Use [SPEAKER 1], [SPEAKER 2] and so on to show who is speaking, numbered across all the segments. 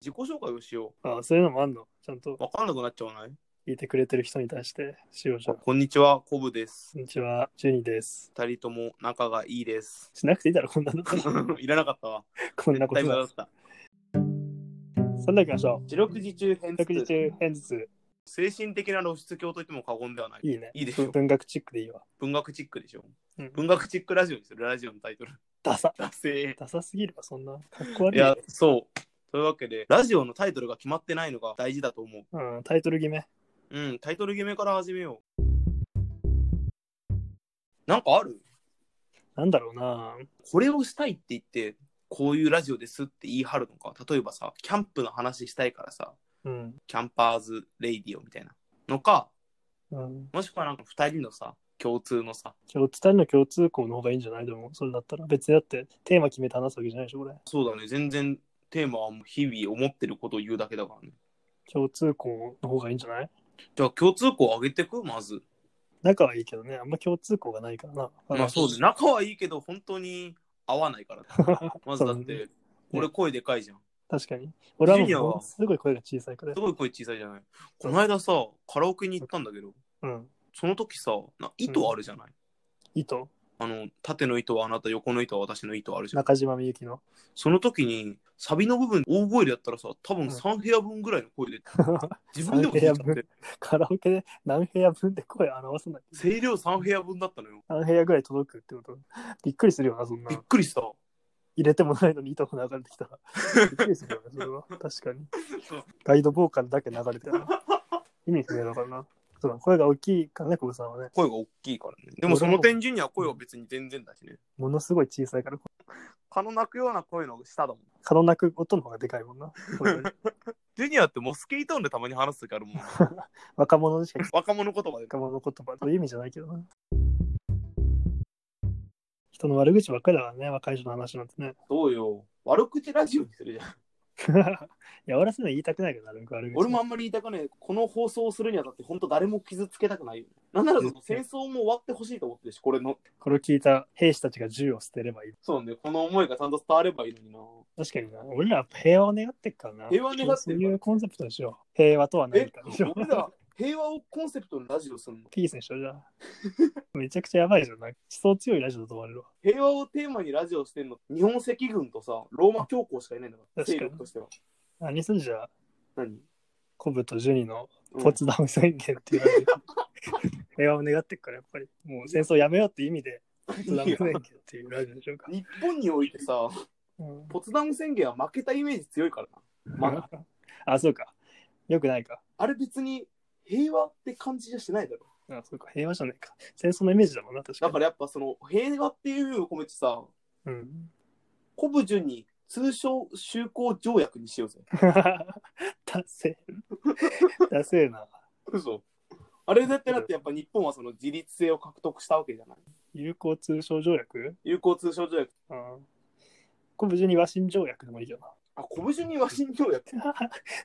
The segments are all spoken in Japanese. [SPEAKER 1] 自己紹介をしよ
[SPEAKER 2] ああ、そういうのもあんの。ちゃんと
[SPEAKER 1] う。わかんなくなっちゃわない
[SPEAKER 2] 聞いてくれてる人に対してしようじゃん。こ
[SPEAKER 1] こんにちは、コブです。
[SPEAKER 2] んにちは、ジュニです。
[SPEAKER 1] 二人とも仲がいいです。
[SPEAKER 2] しなくていいだろ、こんなの。
[SPEAKER 1] いらなかったわ。
[SPEAKER 2] こんなこ
[SPEAKER 1] タイ
[SPEAKER 2] と
[SPEAKER 1] ムだ
[SPEAKER 2] だ
[SPEAKER 1] っ。た。
[SPEAKER 2] そんなん行きましょ
[SPEAKER 1] 四六時中変
[SPEAKER 2] う。6時
[SPEAKER 1] 中。
[SPEAKER 2] 中、変術。
[SPEAKER 1] 精神的な露出狂と言っても過言ではない。
[SPEAKER 2] いいね。
[SPEAKER 1] いいでしょ
[SPEAKER 2] 文学チックでいいわ。
[SPEAKER 1] 文学チックでしょ。
[SPEAKER 2] うん
[SPEAKER 1] 文学チックラジオにする、ラジオのタイトル。
[SPEAKER 2] ダサ。
[SPEAKER 1] ダセ
[SPEAKER 2] ダサすぎるわ、そんな。かっこ
[SPEAKER 1] ー。い
[SPEAKER 2] 悪いね
[SPEAKER 1] や。、そう。というわけで、ラジオのタイトルが決まってないのが大事だと思う。
[SPEAKER 2] うん、タイトル決め。
[SPEAKER 1] うん、タイトル決めから始めよう。なんかある
[SPEAKER 2] なんだろうな。
[SPEAKER 1] これをしたいって言ってこういうラジオですって言い張るのか例えばさキャンプの話したいからさ
[SPEAKER 2] うん。
[SPEAKER 1] キャンパーズ・レイディオみたいなのか
[SPEAKER 2] うん。
[SPEAKER 1] もしくはなんか2人のさ共通のさ
[SPEAKER 2] 今日、伝えるの共通項の方がいいんじゃないでも、それだったら。別にだって、テーマ決めて話すわけじゃないでしょ、これ。
[SPEAKER 1] そうだね全然テーマはもう日々思ってることを言うだけだからね
[SPEAKER 2] 共通項の方がいいんじゃない
[SPEAKER 1] じゃあ共通項を上げてくまず
[SPEAKER 2] 仲はいいけどね、あんま共通項がないからな。
[SPEAKER 1] まあそうね。仲はいいけど本当に合わないから、ね、 まずだっ
[SPEAKER 2] そうだ
[SPEAKER 1] て俺声でかいじゃん
[SPEAKER 2] 確かに。俺は
[SPEAKER 1] ジュニアは
[SPEAKER 2] もう、すごい声が小さいから
[SPEAKER 1] す。ごい声小さいじゃないこの間さカラオケに行ったんだけど
[SPEAKER 2] うん。
[SPEAKER 1] その時さな糸あるじゃない、
[SPEAKER 2] 糸
[SPEAKER 1] あの縦の糸はあなた横の糸は私の糸あるじゃん
[SPEAKER 2] 中島みゆきの。
[SPEAKER 1] その時にサビの部分大声でやったらさ多
[SPEAKER 2] う
[SPEAKER 1] 分
[SPEAKER 2] ん
[SPEAKER 1] 3部屋分ぐらいの声で自分でも聞いちゃっ
[SPEAKER 2] 三部屋
[SPEAKER 1] て
[SPEAKER 2] 分カラオケで何部屋分で声表さない。
[SPEAKER 1] 声量3部屋分だったのよ
[SPEAKER 2] 何部屋ぐらい届くってこと。びっくりするよな、そんな
[SPEAKER 1] びっ。くりした
[SPEAKER 2] 入れてもないのに糸が流れてきた ら。びっくりするよね、それは。確かに
[SPEAKER 1] そう。
[SPEAKER 2] ガイドボーカルだけ流 れてる。意味不明だからな。そうだ声が大きいからね、小ブさんはね。
[SPEAKER 1] 声が大きいからねでもその点ジュニアは声は別に全然だしね
[SPEAKER 2] ものすごい小さいから、
[SPEAKER 1] 蚊の鳴くような声の下だもん
[SPEAKER 2] 可能なく音の方がでかい もんな。声がね
[SPEAKER 1] ジュニアってモスキートーンでたまに話す時ある もん
[SPEAKER 2] 若者にしか聞か
[SPEAKER 1] 若者言葉で
[SPEAKER 2] 若者言葉という意味じゃないけどな。人の悪口ばっかりだからね、若い人の話なんてね。
[SPEAKER 1] そうよ悪口ラジオにするじゃん
[SPEAKER 2] いや、俺はそういうの言いたくないけどな、悪口。
[SPEAKER 1] 俺もあんまり言いたくないこの放送をするにあたって本当誰も傷つけたくないよねなんならその戦争も終わってほしいと思ってるしこれの
[SPEAKER 2] これを聞いた兵士たちが銃を捨てればいい。
[SPEAKER 1] そうね、この思いがちゃんと伝わればいいのにな。
[SPEAKER 2] 確かにな。俺らは平和を願ってっからな。
[SPEAKER 1] 平和を願ってるから
[SPEAKER 2] そういうコンセプトにしよう。平和とは何
[SPEAKER 1] え
[SPEAKER 2] かで しょ、。
[SPEAKER 1] 俺ら平和をコンセプトのラジオすんの
[SPEAKER 2] ピースにしようじゃあ。めちゃくちゃやばいじゃん。なんか思想強いラジオだと思われるわ。
[SPEAKER 1] 平和をテーマにラジオしてんの日本赤軍とさ、ローマ教皇しかいないんだから、
[SPEAKER 2] 確か
[SPEAKER 1] 勢
[SPEAKER 2] に
[SPEAKER 1] 力としては。
[SPEAKER 2] 何すんじゃあ、
[SPEAKER 1] 何、
[SPEAKER 2] コブとジュニの
[SPEAKER 1] うん
[SPEAKER 2] ポツダム宣言っていうラジ オ。平和を願ってっから、やっぱり。もう戦争やめようって意味で、ポツダム宣言っていうラジオでしょうか。
[SPEAKER 1] 日本においてさ、
[SPEAKER 2] うん
[SPEAKER 1] ポツダム宣言は負けたイメージ強いからな。まだ
[SPEAKER 2] あ、そうか。よくないか。
[SPEAKER 1] あれ別に平和って感じじゃしてないだろ。
[SPEAKER 2] あ、そうか。平和じゃないか。戦争のイメージだもんな、確か
[SPEAKER 1] だ
[SPEAKER 2] に。
[SPEAKER 1] からやっぱその平和っていう意味を込めてさ、
[SPEAKER 2] うん。
[SPEAKER 1] コブジュに通称就航条約にしようぜ。
[SPEAKER 2] 達成。達成な。
[SPEAKER 1] 嘘。あれだってだってやっぱ日本はその自立性を獲得したわけじゃない。
[SPEAKER 2] 友好通商条約
[SPEAKER 1] 有効通商条約。
[SPEAKER 2] あこれ無事に和親条約でもいいよ
[SPEAKER 1] あ、拳に和親条約。
[SPEAKER 2] な。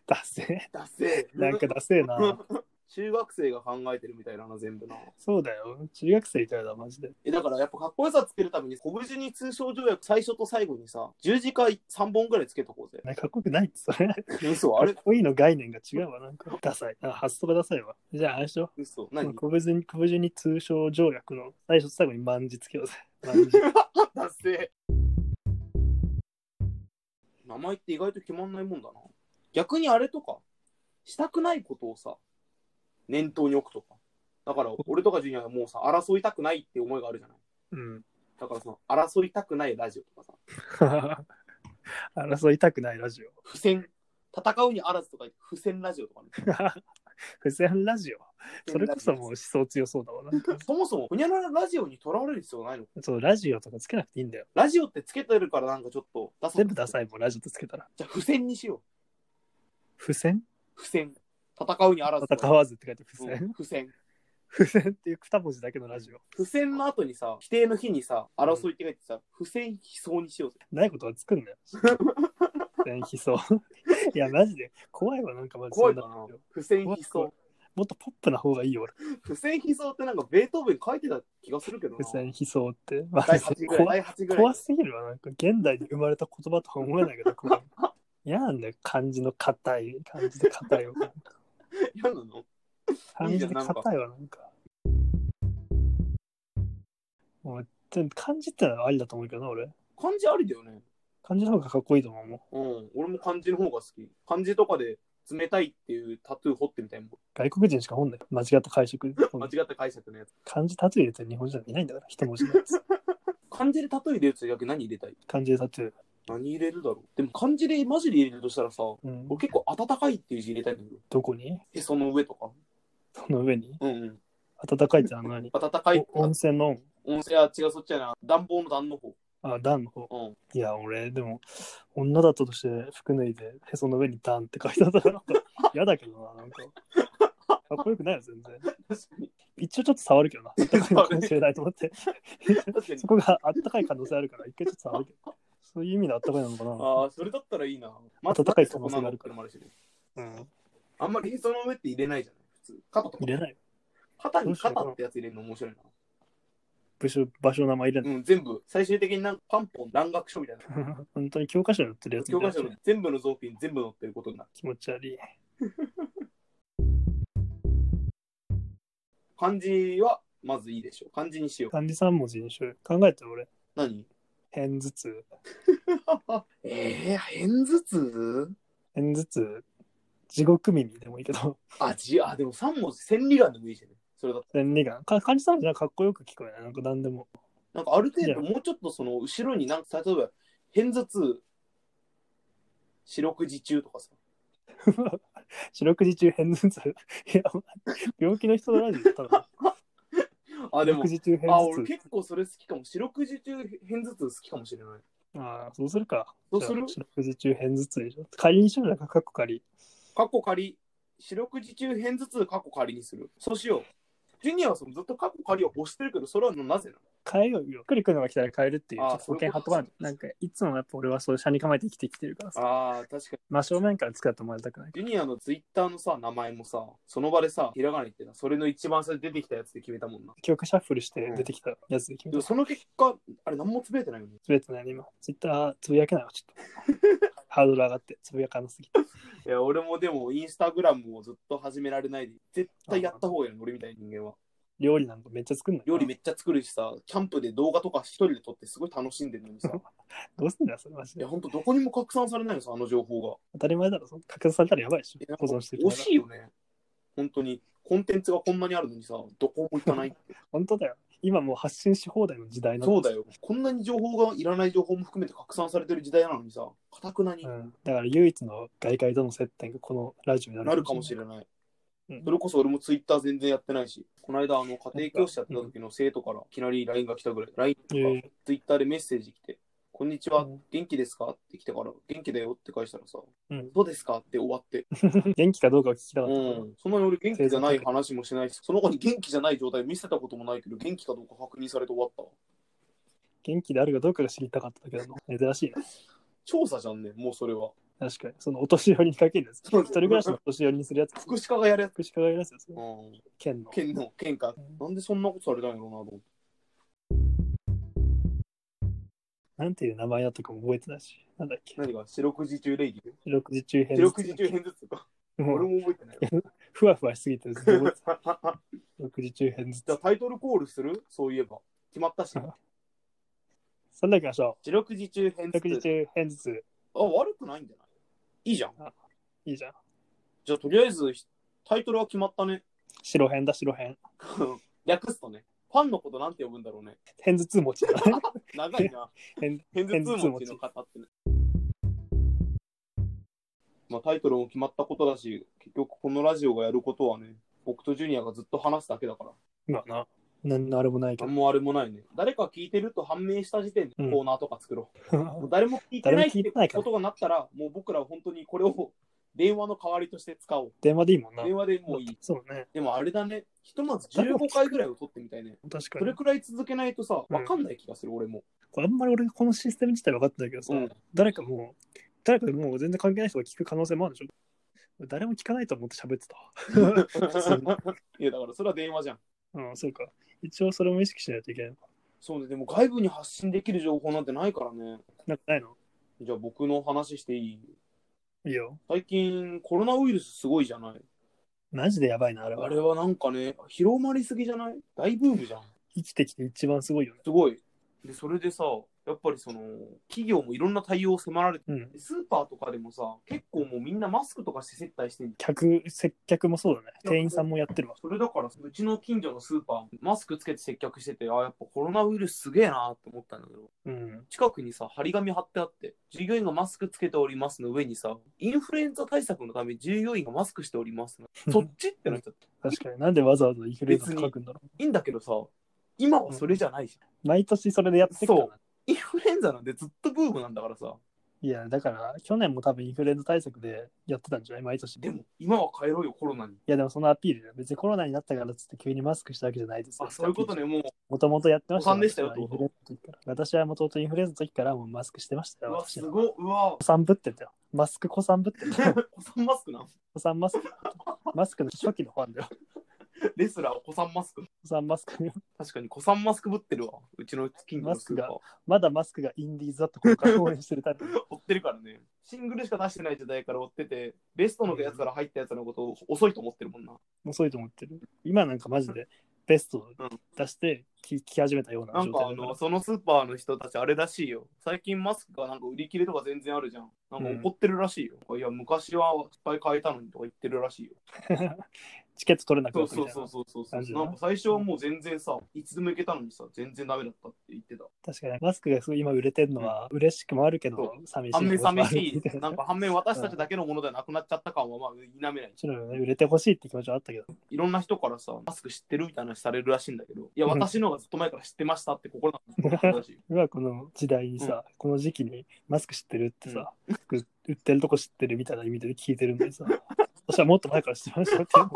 [SPEAKER 2] 達成。
[SPEAKER 1] だせえ。
[SPEAKER 2] なんか達成な。
[SPEAKER 1] 中学生が考えてるみたいなの全部な。
[SPEAKER 2] そうだよ。中学生みたいだ、マジで。
[SPEAKER 1] え、だからやっぱかっこよさつけるために、拳に通商条約最初と最後にさ、十字架3本ぐらいつけとこうぜ。
[SPEAKER 2] なんかかっこよくないって、それ。
[SPEAKER 1] 嘘、あ
[SPEAKER 2] かっ
[SPEAKER 1] れ
[SPEAKER 2] こいいの概念が違うわ。なんか、ダサい。あ発想がダサいわ。じゃあ、あれでしょ。
[SPEAKER 1] 嘘。
[SPEAKER 2] こ
[SPEAKER 1] 何
[SPEAKER 2] の無事に、こぶじに通商条約の最初と最後に万字つけようぜ。 万字。
[SPEAKER 1] だせえ。名前って意外と決まんないもんだな。逆にあれとか、したくないことをさ、念頭に置くとか。だから俺とかジュニアはもうさ、争いたくないって思いがあるじゃない。
[SPEAKER 2] うん。
[SPEAKER 1] だからその、争いたくないラジオとかさ、
[SPEAKER 2] 争いたくないラジオ。
[SPEAKER 1] 不戦、戦うにあらずとか言って、不戦ラジオとかね。
[SPEAKER 2] 不戦ラジオ。 それこそもう
[SPEAKER 1] 不戦ラジオ
[SPEAKER 2] 思想強そうだわ。なんか
[SPEAKER 1] そもそも、ほにゃららラジオにとらわれる必要ないの
[SPEAKER 2] そう、ラジオとかつけなくていいんだよ。
[SPEAKER 1] ラジオってつけてるからなんかちょっとダサい
[SPEAKER 2] 全部ダサいもん、ラジオとつけたら。
[SPEAKER 1] じゃあ、不戦にしよう。
[SPEAKER 2] 不戦
[SPEAKER 1] 不戦。戦うにあらずとか。
[SPEAKER 2] 戦わずって書いて不
[SPEAKER 1] う
[SPEAKER 2] 戦
[SPEAKER 1] ん。不戦。
[SPEAKER 2] 不戦っていう二文字だけのラジオ。
[SPEAKER 1] 不戦の後にさ、否定の日にさ、争いって書いてさ、不戦悲壮にしようぜ。
[SPEAKER 2] ないことは作んなよ。全悲壮。 いや、マジで怖いわ、なんかマジ
[SPEAKER 1] 怖い
[SPEAKER 2] そ
[SPEAKER 1] か
[SPEAKER 2] ん
[SPEAKER 1] な
[SPEAKER 2] の。
[SPEAKER 1] 不戦悲
[SPEAKER 2] 怖い
[SPEAKER 1] 壮。
[SPEAKER 2] もっとポップな方がいいよ、俺。
[SPEAKER 1] 不戦悲壮ってなんかベートーベン書いてた気がするけどな。
[SPEAKER 2] 不戦悲壮って。マ
[SPEAKER 1] 第
[SPEAKER 2] ジ
[SPEAKER 1] 8
[SPEAKER 2] で
[SPEAKER 1] ぐらい。
[SPEAKER 2] 怖い
[SPEAKER 1] 第8ぐらい。
[SPEAKER 2] 怖すぎるわ、なんか現代に生まれた言葉とは思えないけど、怖い嫌なんだよ、漢字の硬い、漢字で硬いを。
[SPEAKER 1] 嫌なの
[SPEAKER 2] 漢字で硬いはなんか。もう、でも漢字ってのはありだと思うけどな、俺。
[SPEAKER 1] 漢字ありだよね。
[SPEAKER 2] 漢字の方がかっこいいと思うもん。
[SPEAKER 1] うん。俺も漢字の方が好き。漢字とかで冷たいっていうタトゥー彫ってみたいも
[SPEAKER 2] 外国人しか本だよ。間違った解釈。
[SPEAKER 1] ん。間違った解釈のやつ。
[SPEAKER 2] 漢字タトゥー入れてる日本人なんていないんだから、一文字のやつ。
[SPEAKER 1] 漢字で例えるやつだけ何入れたい
[SPEAKER 2] 漢字でタトゥー。
[SPEAKER 1] 何入れるだろうでも漢字でマジで入れるとしたらさ、
[SPEAKER 2] うん、
[SPEAKER 1] 俺結構温かいっていう字入れたいんだけど、
[SPEAKER 2] どこに
[SPEAKER 1] へその上とか。
[SPEAKER 2] その上に
[SPEAKER 1] うんうん。
[SPEAKER 2] 暖かいってあの何
[SPEAKER 1] 温かいって
[SPEAKER 2] お温泉の
[SPEAKER 1] 温泉は違うそっちやな。暖房の暖の方。
[SPEAKER 2] あ段の方
[SPEAKER 1] うん。
[SPEAKER 2] いや俺でも女だったとして服脱いでへその上に段って書いてあった らなんか嫌だけどななんかかっこよくないよ全然
[SPEAKER 1] 確かに。
[SPEAKER 2] 一応ちょっと触るけどな暖かいのかもしれないと 思って
[SPEAKER 1] 確かに
[SPEAKER 2] そ。こがあったかい可能性あるから一回ちょっと触るけどそういう意味であったかいなのか
[SPEAKER 1] ああ、それだったらいいな。
[SPEAKER 2] 暖かい可能性がある
[SPEAKER 1] そこなのってのもあるし
[SPEAKER 2] な、うん、
[SPEAKER 1] あんまりへその上って入れないじゃない普通。肩とか
[SPEAKER 2] 入。れない
[SPEAKER 1] 肩
[SPEAKER 2] ど
[SPEAKER 1] に
[SPEAKER 2] うしようか
[SPEAKER 1] 肩
[SPEAKER 2] な
[SPEAKER 1] ってやつ入れるの面白いな。
[SPEAKER 2] 場所場所の名前入れない、
[SPEAKER 1] うん、全部、最終的になんかパンポン蘭学書みたいな。
[SPEAKER 2] 本当に教科書に載ってるやつ
[SPEAKER 1] 教
[SPEAKER 2] みたい
[SPEAKER 1] 科
[SPEAKER 2] な
[SPEAKER 1] 書の全部の雑巾全部載ってることになる。
[SPEAKER 2] 気持ち悪い
[SPEAKER 1] 漢字はまずいいでしょう。漢字にしよう。
[SPEAKER 2] 漢字三文字にしよう考えて俺
[SPEAKER 1] 何
[SPEAKER 2] 偏頭痛
[SPEAKER 1] えー、偏頭痛
[SPEAKER 2] 偏頭痛地獄耳でもいいけど
[SPEAKER 1] あ、じ、あ、でも3文字、千里眼でもいいしね。それだと。
[SPEAKER 2] 千里眼か漢字三文字はかっこよく聞こえないなんか何でも
[SPEAKER 1] なんかある程
[SPEAKER 2] いや
[SPEAKER 1] 度、もうちょっとその、後ろになんか、例えば、偏頭痛、四六時中とかさ。
[SPEAKER 2] 四六時中偏頭痛 いや病気の人のラジオだったら
[SPEAKER 1] あ、
[SPEAKER 2] 四
[SPEAKER 1] でも
[SPEAKER 2] 六、時中偏
[SPEAKER 1] あ、
[SPEAKER 2] 頭
[SPEAKER 1] 俺
[SPEAKER 2] 痛
[SPEAKER 1] 結構それ好きかも。四六時中偏頭痛好きかもしれない。
[SPEAKER 2] ああそうするか
[SPEAKER 1] どうする
[SPEAKER 2] じゃあ四六時中偏頭痛でしょ仮にしようじゃんかかっこ仮
[SPEAKER 1] 過去仮、四六時中偏頭痛過去仮にする。そうしよう。ジュニアはそのずっと過去仮を押してるけど、それはなぜなの
[SPEAKER 2] 変えようよ来る来るのが来たら変えるっていうち
[SPEAKER 1] あ
[SPEAKER 2] ょ
[SPEAKER 1] あ
[SPEAKER 2] っと保険
[SPEAKER 1] そうい
[SPEAKER 2] 貼
[SPEAKER 1] う
[SPEAKER 2] っ
[SPEAKER 1] こと
[SPEAKER 2] とかないとなんかいつもやっぱ俺はそう車に構えて生きてきてるからさ
[SPEAKER 1] ああ、確かに。
[SPEAKER 2] 真正面から使うと思われたくない
[SPEAKER 1] ジュニアのツイッターのさ、名前もさ、その場でさ、ひらがな言ってな、それの一番最初出てきたやつで決めたもんな。
[SPEAKER 2] 曲シャッフルして出てきたやつで決
[SPEAKER 1] で
[SPEAKER 2] め
[SPEAKER 1] も
[SPEAKER 2] た
[SPEAKER 1] その結果、あれ何もつぶれてないよね。
[SPEAKER 2] つぶやいてないね今ツイッターつぶやけないわちょっ とハードル上がってつぶやかなすぎて
[SPEAKER 1] いや、俺もでも、インスタグラムをずっと始められないで、絶対やった方がいいの、俺みたいな人間は。
[SPEAKER 2] 料理なんかめっちゃ作んない
[SPEAKER 1] 料理めっちゃ作るしさ、キャンプで動画とか一人で撮ってすごい楽しんでるのに さ、
[SPEAKER 2] どうすんだよそれマジ
[SPEAKER 1] い
[SPEAKER 2] で
[SPEAKER 1] や、ほんとどこにも拡散されないのさ、あの情報が。
[SPEAKER 2] 当たり前だろ、その拡散されたらやばいでし
[SPEAKER 1] い
[SPEAKER 2] ょ
[SPEAKER 1] や。
[SPEAKER 2] 保存してる
[SPEAKER 1] 惜しいよね。本当に、コンテンツがこんなにあるのにさ、どこも行かない って。
[SPEAKER 2] 本当だよ。今もう発信し放題の時代なん
[SPEAKER 1] そうだ。よ。こんなに情報がいらない情報も含めて拡散されてる時代なのにさ、かたくなに
[SPEAKER 2] うん、だから唯一の外界との接点がこのラジオになる
[SPEAKER 1] なるかもしれない。
[SPEAKER 2] れない
[SPEAKER 1] それこそ俺もツイッター全然やってないし、この間あの家庭教師やってた時の生徒からいきなり LINE が来たぐらい、LINE と
[SPEAKER 2] うん
[SPEAKER 1] か
[SPEAKER 2] え
[SPEAKER 1] ツイッターでメッセージ来て、こんにちは
[SPEAKER 2] うん、
[SPEAKER 1] 元気ですかって来てから、元気だよって返したらさ、
[SPEAKER 2] うん
[SPEAKER 1] どうですかって終わって、
[SPEAKER 2] ー元気かどうかを聞きたか
[SPEAKER 1] う
[SPEAKER 2] ったから。
[SPEAKER 1] ん、そんなに俺元気じゃない話もしないし、その子に元気じゃない状態見せたこともないけど、元気かどうか確認されて終わったわ。
[SPEAKER 2] 元気であるかどうかが知りたかっただけだな。珍しいな。
[SPEAKER 1] 調査じゃんね、もうそれは。
[SPEAKER 2] 確かに。そのお年寄りにかけるやつ。
[SPEAKER 1] そう
[SPEAKER 2] 一人暮らしのお年寄りにするやつ。
[SPEAKER 1] 福祉課がやるやつ。
[SPEAKER 2] 福祉課がやるやつです
[SPEAKER 1] う
[SPEAKER 2] ね。
[SPEAKER 1] ん、
[SPEAKER 2] 県の。
[SPEAKER 1] 県の、県か。なんでそんなことされたんやろうなと思って。
[SPEAKER 2] なんていう名前だったかも覚えてないし。なんだっけ。
[SPEAKER 1] 何が四六時中礼儀
[SPEAKER 2] 四六時中編
[SPEAKER 1] 四六時中変頭痛か。
[SPEAKER 2] も
[SPEAKER 1] 俺
[SPEAKER 2] う
[SPEAKER 1] も覚えてない。
[SPEAKER 2] ふわふわしすぎてずっと覚えてた、
[SPEAKER 1] じ
[SPEAKER 2] 四六時中編ず
[SPEAKER 1] ゃあ
[SPEAKER 2] つ。
[SPEAKER 1] タイトルコールするそういえば。決まったし。
[SPEAKER 2] それでは行きましょ
[SPEAKER 1] 四六時中変
[SPEAKER 2] う。四六
[SPEAKER 1] 頭
[SPEAKER 2] 時
[SPEAKER 1] 痛。
[SPEAKER 2] 中編ずつ。
[SPEAKER 1] あ、悪くないんじゃないいいじゃん。
[SPEAKER 2] いいじゃん。
[SPEAKER 1] じゃあとりあえずタイトルは決まったね。
[SPEAKER 2] 白編だ、白編。
[SPEAKER 1] 略すとね。ファンのことなんて呼ぶんだろうね。
[SPEAKER 2] 偏頭痛持ちだ。
[SPEAKER 1] 長い な。
[SPEAKER 2] 偏
[SPEAKER 1] 変頭痛持ちの方ってね。まあタイトルも決まったことだし、結局このラジオがやることはね、僕とジュニアがずっと話すだけだから。
[SPEAKER 2] まあな。何のあれもないけ
[SPEAKER 1] 何もあれもないね。誰か聞いてると判明した時点で
[SPEAKER 2] うん
[SPEAKER 1] コーナーとか作ろう。も
[SPEAKER 2] ど。
[SPEAKER 1] う誰も聞いてないっ
[SPEAKER 2] 誰も聞いてない
[SPEAKER 1] て
[SPEAKER 2] から
[SPEAKER 1] ことがなったら、もう僕らは本当にこれを電話の代わりとして使おう。
[SPEAKER 2] 電話でいいもんな。
[SPEAKER 1] 電話でもういい。
[SPEAKER 2] そうね。
[SPEAKER 1] でもあれだね、ひとまず15回ぐらいを取ってみたいね。
[SPEAKER 2] 確か
[SPEAKER 1] それ
[SPEAKER 2] に。
[SPEAKER 1] くらい続けないとさ、
[SPEAKER 2] うん
[SPEAKER 1] わかんない気がする、俺も。
[SPEAKER 2] これあんまり俺このシステム自体分かってないけどさ、
[SPEAKER 1] うん
[SPEAKER 2] 誰かもう、誰かでもう全然関係ない人が聞く可能性もあるでしょ。誰も聞かないと思って喋ってたわ。通に
[SPEAKER 1] いや、だからそれは電話じゃん。
[SPEAKER 2] うん、そうか。一応それも意識しないといけない。
[SPEAKER 1] そうね、でも外部に発信できる情報なんてないからね。
[SPEAKER 2] なんかないの
[SPEAKER 1] じゃあ僕の話していい
[SPEAKER 2] いいよ。
[SPEAKER 1] 最近コロナウイルスすごいじゃない
[SPEAKER 2] マジでやばいな、あれは。
[SPEAKER 1] あれはなんかね、広まりすぎじゃない大ブームじゃん。
[SPEAKER 2] 生きてきて一番すごいよね。
[SPEAKER 1] すごい。で、それでさ、やっぱりその、企業もいろんな対応を迫られて、
[SPEAKER 2] うん。
[SPEAKER 1] スーパーとかでもさ、結構もうみんなマスクとかして接待してんじゃん
[SPEAKER 2] 客、接客もそうだね。店員さんもやってるわ。
[SPEAKER 1] それだから、うちの近所のスーパー、マスクつけて接客してて、あ、やっぱコロナウイルスすげえなって思ったんだけど、
[SPEAKER 2] うん。
[SPEAKER 1] 近くにさ、張り紙貼ってあって、従業員がマスクつけておりますの上にさ、インフルエンザ対策のため従業員がマスクしております の。そっちってなっちゃった。
[SPEAKER 2] 確かに。なんでわざわざインフルエンザって書くんだろう。
[SPEAKER 1] いいんだけどさ、今はそれじゃないじゃん。
[SPEAKER 2] 毎年それでやってっから
[SPEAKER 1] そうインフルエンザなんてずっとブームなんだからさ、
[SPEAKER 2] いや、だから、去年も多分インフルエンザ対策でやってたんじゃない毎年。
[SPEAKER 1] で
[SPEAKER 2] い
[SPEAKER 1] も今は帰ろうよ、コロナに。
[SPEAKER 2] や、でもそのアピールだよ別にコロナになったからっつって急にマスクしたわけじゃないですよ
[SPEAKER 1] あ、そういうこと。ね、もう、
[SPEAKER 2] もともとやってました
[SPEAKER 1] お産でしたよってこと
[SPEAKER 2] インフルエンザの時から私はもともとインフルエンザの時からもうマスクしてました
[SPEAKER 1] う
[SPEAKER 2] よ。
[SPEAKER 1] わ、
[SPEAKER 2] 私
[SPEAKER 1] す
[SPEAKER 2] は
[SPEAKER 1] ごい、うわ、
[SPEAKER 2] 子さんぶってたよ。マスク子さんぶってたよ。
[SPEAKER 1] お子さんマスクなん。
[SPEAKER 2] 子さんマスク。マスクの初期のファンだよ。
[SPEAKER 1] レスラーお子さんマスク。
[SPEAKER 2] 子さんマスク。
[SPEAKER 1] 確かに、子さんマスクぶってるわ、うちの近所のスーパ
[SPEAKER 2] マスク
[SPEAKER 1] ー
[SPEAKER 2] が。まだマスクがインディーズだった頃から応援してるタイプ。
[SPEAKER 1] 追ってるからね。シングルしか出してない時代から追ってて、ベストのやつから入ったやつのことを遅いと思ってるもんな。
[SPEAKER 2] 遅いと思ってる。今なんかマジでベストを
[SPEAKER 1] うん
[SPEAKER 2] 出して聞き始めたような
[SPEAKER 1] なん
[SPEAKER 2] 状
[SPEAKER 1] か
[SPEAKER 2] 態
[SPEAKER 1] あ
[SPEAKER 2] だから
[SPEAKER 1] の、そのスーパーの人たちあれらしいよ。最近マスクがなんか売り切れとか全然あるじゃん。なんか怒ってるらしいよ。いや、昔はいっぱい買えたのにとか言ってるらしいよ。
[SPEAKER 2] チケット取れなく
[SPEAKER 1] そ
[SPEAKER 2] な
[SPEAKER 1] う
[SPEAKER 2] ったみ
[SPEAKER 1] そうそ
[SPEAKER 2] たいな
[SPEAKER 1] う。そうそう
[SPEAKER 2] 感じだ
[SPEAKER 1] な
[SPEAKER 2] なん
[SPEAKER 1] か最初はもう全然さ、いつでも行けたのにさ、全然ダメだったって言ってた。
[SPEAKER 2] 確かにマスクがすごい今売れてるのは嬉しくもあるけ
[SPEAKER 1] そ
[SPEAKER 2] ど、寂しい
[SPEAKER 1] 反面
[SPEAKER 2] ことも
[SPEAKER 1] 寂
[SPEAKER 2] ある
[SPEAKER 1] し
[SPEAKER 2] みた
[SPEAKER 1] い。 な
[SPEAKER 2] いな。
[SPEAKER 1] ん
[SPEAKER 2] も
[SPEAKER 1] か反面私たちだけのものではなくなっちゃった感はまあ否めない。
[SPEAKER 2] ちろんね、売れてほしいって気持ちはあったけど、
[SPEAKER 1] いろんな人からさ、マスク知ってるみたいな話されるらしいんだけど、いや、
[SPEAKER 2] うん
[SPEAKER 1] 私の方がずっと前から知ってましたって心の中 で
[SPEAKER 2] 今この時代にさ、この時期にマスク知ってるってさ、マスク売ってるとこ知ってるみたいな意味で聞いてるのにさ、 私はもっと前から知ってましたっていうの。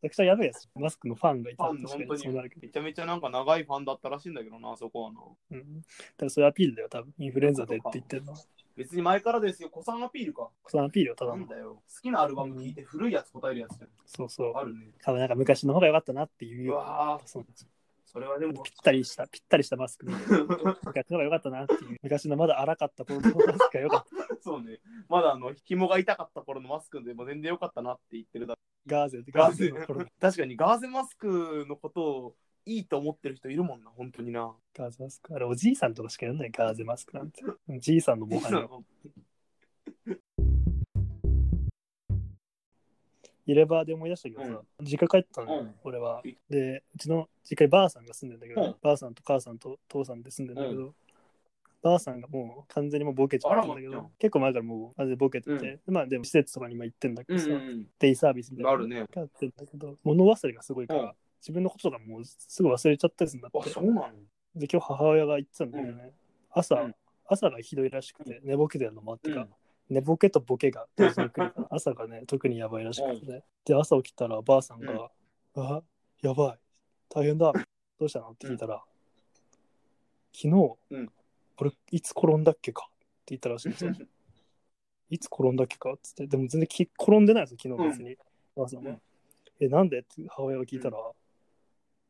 [SPEAKER 2] めちゃくちゃやべえやつ。マスクのファンがいたら
[SPEAKER 1] ファンの
[SPEAKER 2] 確
[SPEAKER 1] 本
[SPEAKER 2] か
[SPEAKER 1] 当
[SPEAKER 2] に
[SPEAKER 1] に
[SPEAKER 2] そうなるけど
[SPEAKER 1] め。ちゃめちゃなんか長いファンだったらしいんだけどな、あそこはな。
[SPEAKER 2] うん。だからそういうアピールだよ、多分。インフルエンザでって言ってるのは。
[SPEAKER 1] 別に前からですよ、子さんアピールか。
[SPEAKER 2] そのアピールをただ
[SPEAKER 1] な
[SPEAKER 2] の
[SPEAKER 1] ん。だよ。好きなアルバム聞いて古いやつ答えるやつじゃ。。
[SPEAKER 2] そうそうん
[SPEAKER 1] あるね。
[SPEAKER 2] 多分なんか昔の方が良かったなっていう
[SPEAKER 1] う
[SPEAKER 2] ような。
[SPEAKER 1] わぁ、
[SPEAKER 2] そう
[SPEAKER 1] それはでも
[SPEAKER 2] ぴ、ったりした、ぴったりしたマスク。昔の方が良かったなっていう。昔のまだ荒かった頃のマスクが良 かった。
[SPEAKER 1] そうね。まだあの、紐が痛かった頃のマスクでも全然良かったなって言ってるだ
[SPEAKER 2] ガーゼ、
[SPEAKER 1] ガ
[SPEAKER 2] ガ
[SPEAKER 1] ー
[SPEAKER 2] ー
[SPEAKER 1] ゼ
[SPEAKER 2] ゼの頃の
[SPEAKER 1] 確かにガーゼマスクのことをいいと思ってる人いるもんな、本当にな。
[SPEAKER 2] ガーゼマスク。あれ、おじいさんとかしかやんない、ガーゼマスクなんて。じいさんのもはや。入れ歯で思い出したけどさ、実家帰ったのよ、
[SPEAKER 1] うん
[SPEAKER 2] 俺は
[SPEAKER 1] うん。
[SPEAKER 2] で、うちの実家にばあさんが住んでんだけど、
[SPEAKER 1] うん
[SPEAKER 2] ばあさんと母さんと父さんで住んでんだけど、ばあさんがもう完全にもうボケちゃったんだけ
[SPEAKER 1] あらま
[SPEAKER 2] ど、結構前からもうマジでボケてて、
[SPEAKER 1] うん
[SPEAKER 2] でまあでも施設とかに今行ってんだけ
[SPEAKER 1] うん
[SPEAKER 2] どさ、
[SPEAKER 1] うん
[SPEAKER 2] デイサービス
[SPEAKER 1] う
[SPEAKER 2] みたい
[SPEAKER 1] ん。あ
[SPEAKER 2] なの
[SPEAKER 1] るね。
[SPEAKER 2] やってんだけど、物忘れがすごいから、
[SPEAKER 1] うん
[SPEAKER 2] 自分のこととかもうすぐ忘れちゃったりするんだ
[SPEAKER 1] あ、
[SPEAKER 2] って
[SPEAKER 1] そ。うなの
[SPEAKER 2] で、今日母親が言ってたんだけどね、朝、
[SPEAKER 1] うん
[SPEAKER 2] 朝がひどいらしくて、寝ぼけてるのもあってか、
[SPEAKER 1] うん
[SPEAKER 2] 寝ぼけとボケが同時に来 るから、朝がね、特にやばいらしくて、ね。で、朝起きたらばあさんが、あ、やばい、大変だ、どうしたのって聞いたら、昨日、
[SPEAKER 1] うん
[SPEAKER 2] 俺、いつ転んだっけかって言ったらしいんですよ。いつ転んだっけかっつって、でも全然き転んでないんですよ、昨日別に。ばあさんは
[SPEAKER 1] うん
[SPEAKER 2] え、なんでって母親が聞いたら、